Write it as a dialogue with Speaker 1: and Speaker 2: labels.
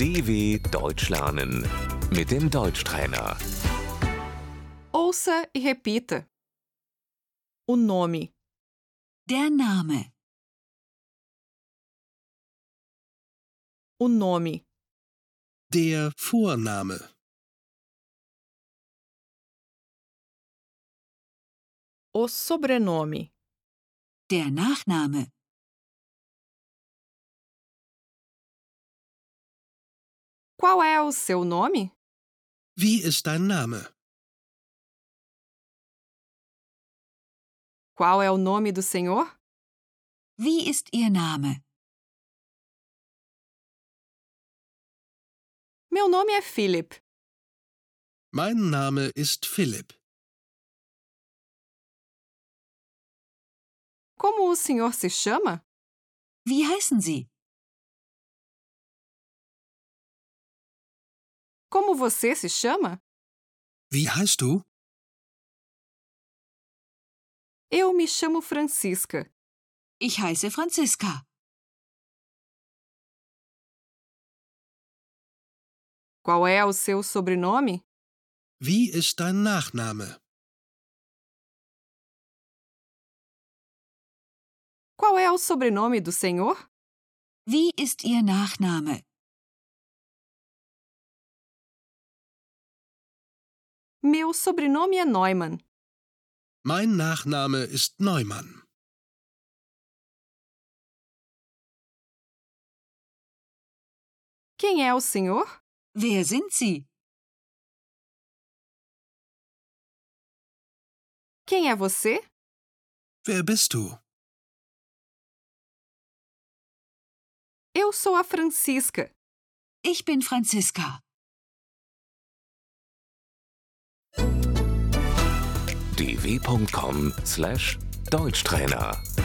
Speaker 1: DW Deutsch lernen mit dem Deutschtrainer.
Speaker 2: Ouça e repita. O nome,
Speaker 3: Der Name,
Speaker 2: o nome,
Speaker 4: Der Vorname.
Speaker 2: o sobrenome,
Speaker 3: der Nachname,
Speaker 2: qual é o seu nome?
Speaker 4: Wie ist dein Name?
Speaker 2: Qual é o nome do senhor?
Speaker 3: wie ist Ihr Name?
Speaker 2: Meu nome é Philip.
Speaker 4: Mein Name ist Philipp.
Speaker 2: Como o senhor se chama?
Speaker 3: Wie heißen Sie?
Speaker 2: Como você se chama?
Speaker 4: Wie heißt du?
Speaker 2: Eu me chamo Francisca.
Speaker 3: Ich heiße Franziska.
Speaker 2: Qual é o seu sobrenome?
Speaker 4: Wie ist dein Nachname?
Speaker 2: Qual é o sobrenome do senhor?
Speaker 3: Wie ist Ihr Nachname?
Speaker 2: Meu sobrenome é Neumann.
Speaker 4: Mein Nachname ist Neumann.
Speaker 2: Quem é o senhor?
Speaker 3: Wer sind Sie?
Speaker 2: Quem é você?
Speaker 4: Wer bist du?
Speaker 2: Eu sou a Francisca.
Speaker 3: Ich bin Franziska.
Speaker 1: dw.com/deutschtrainer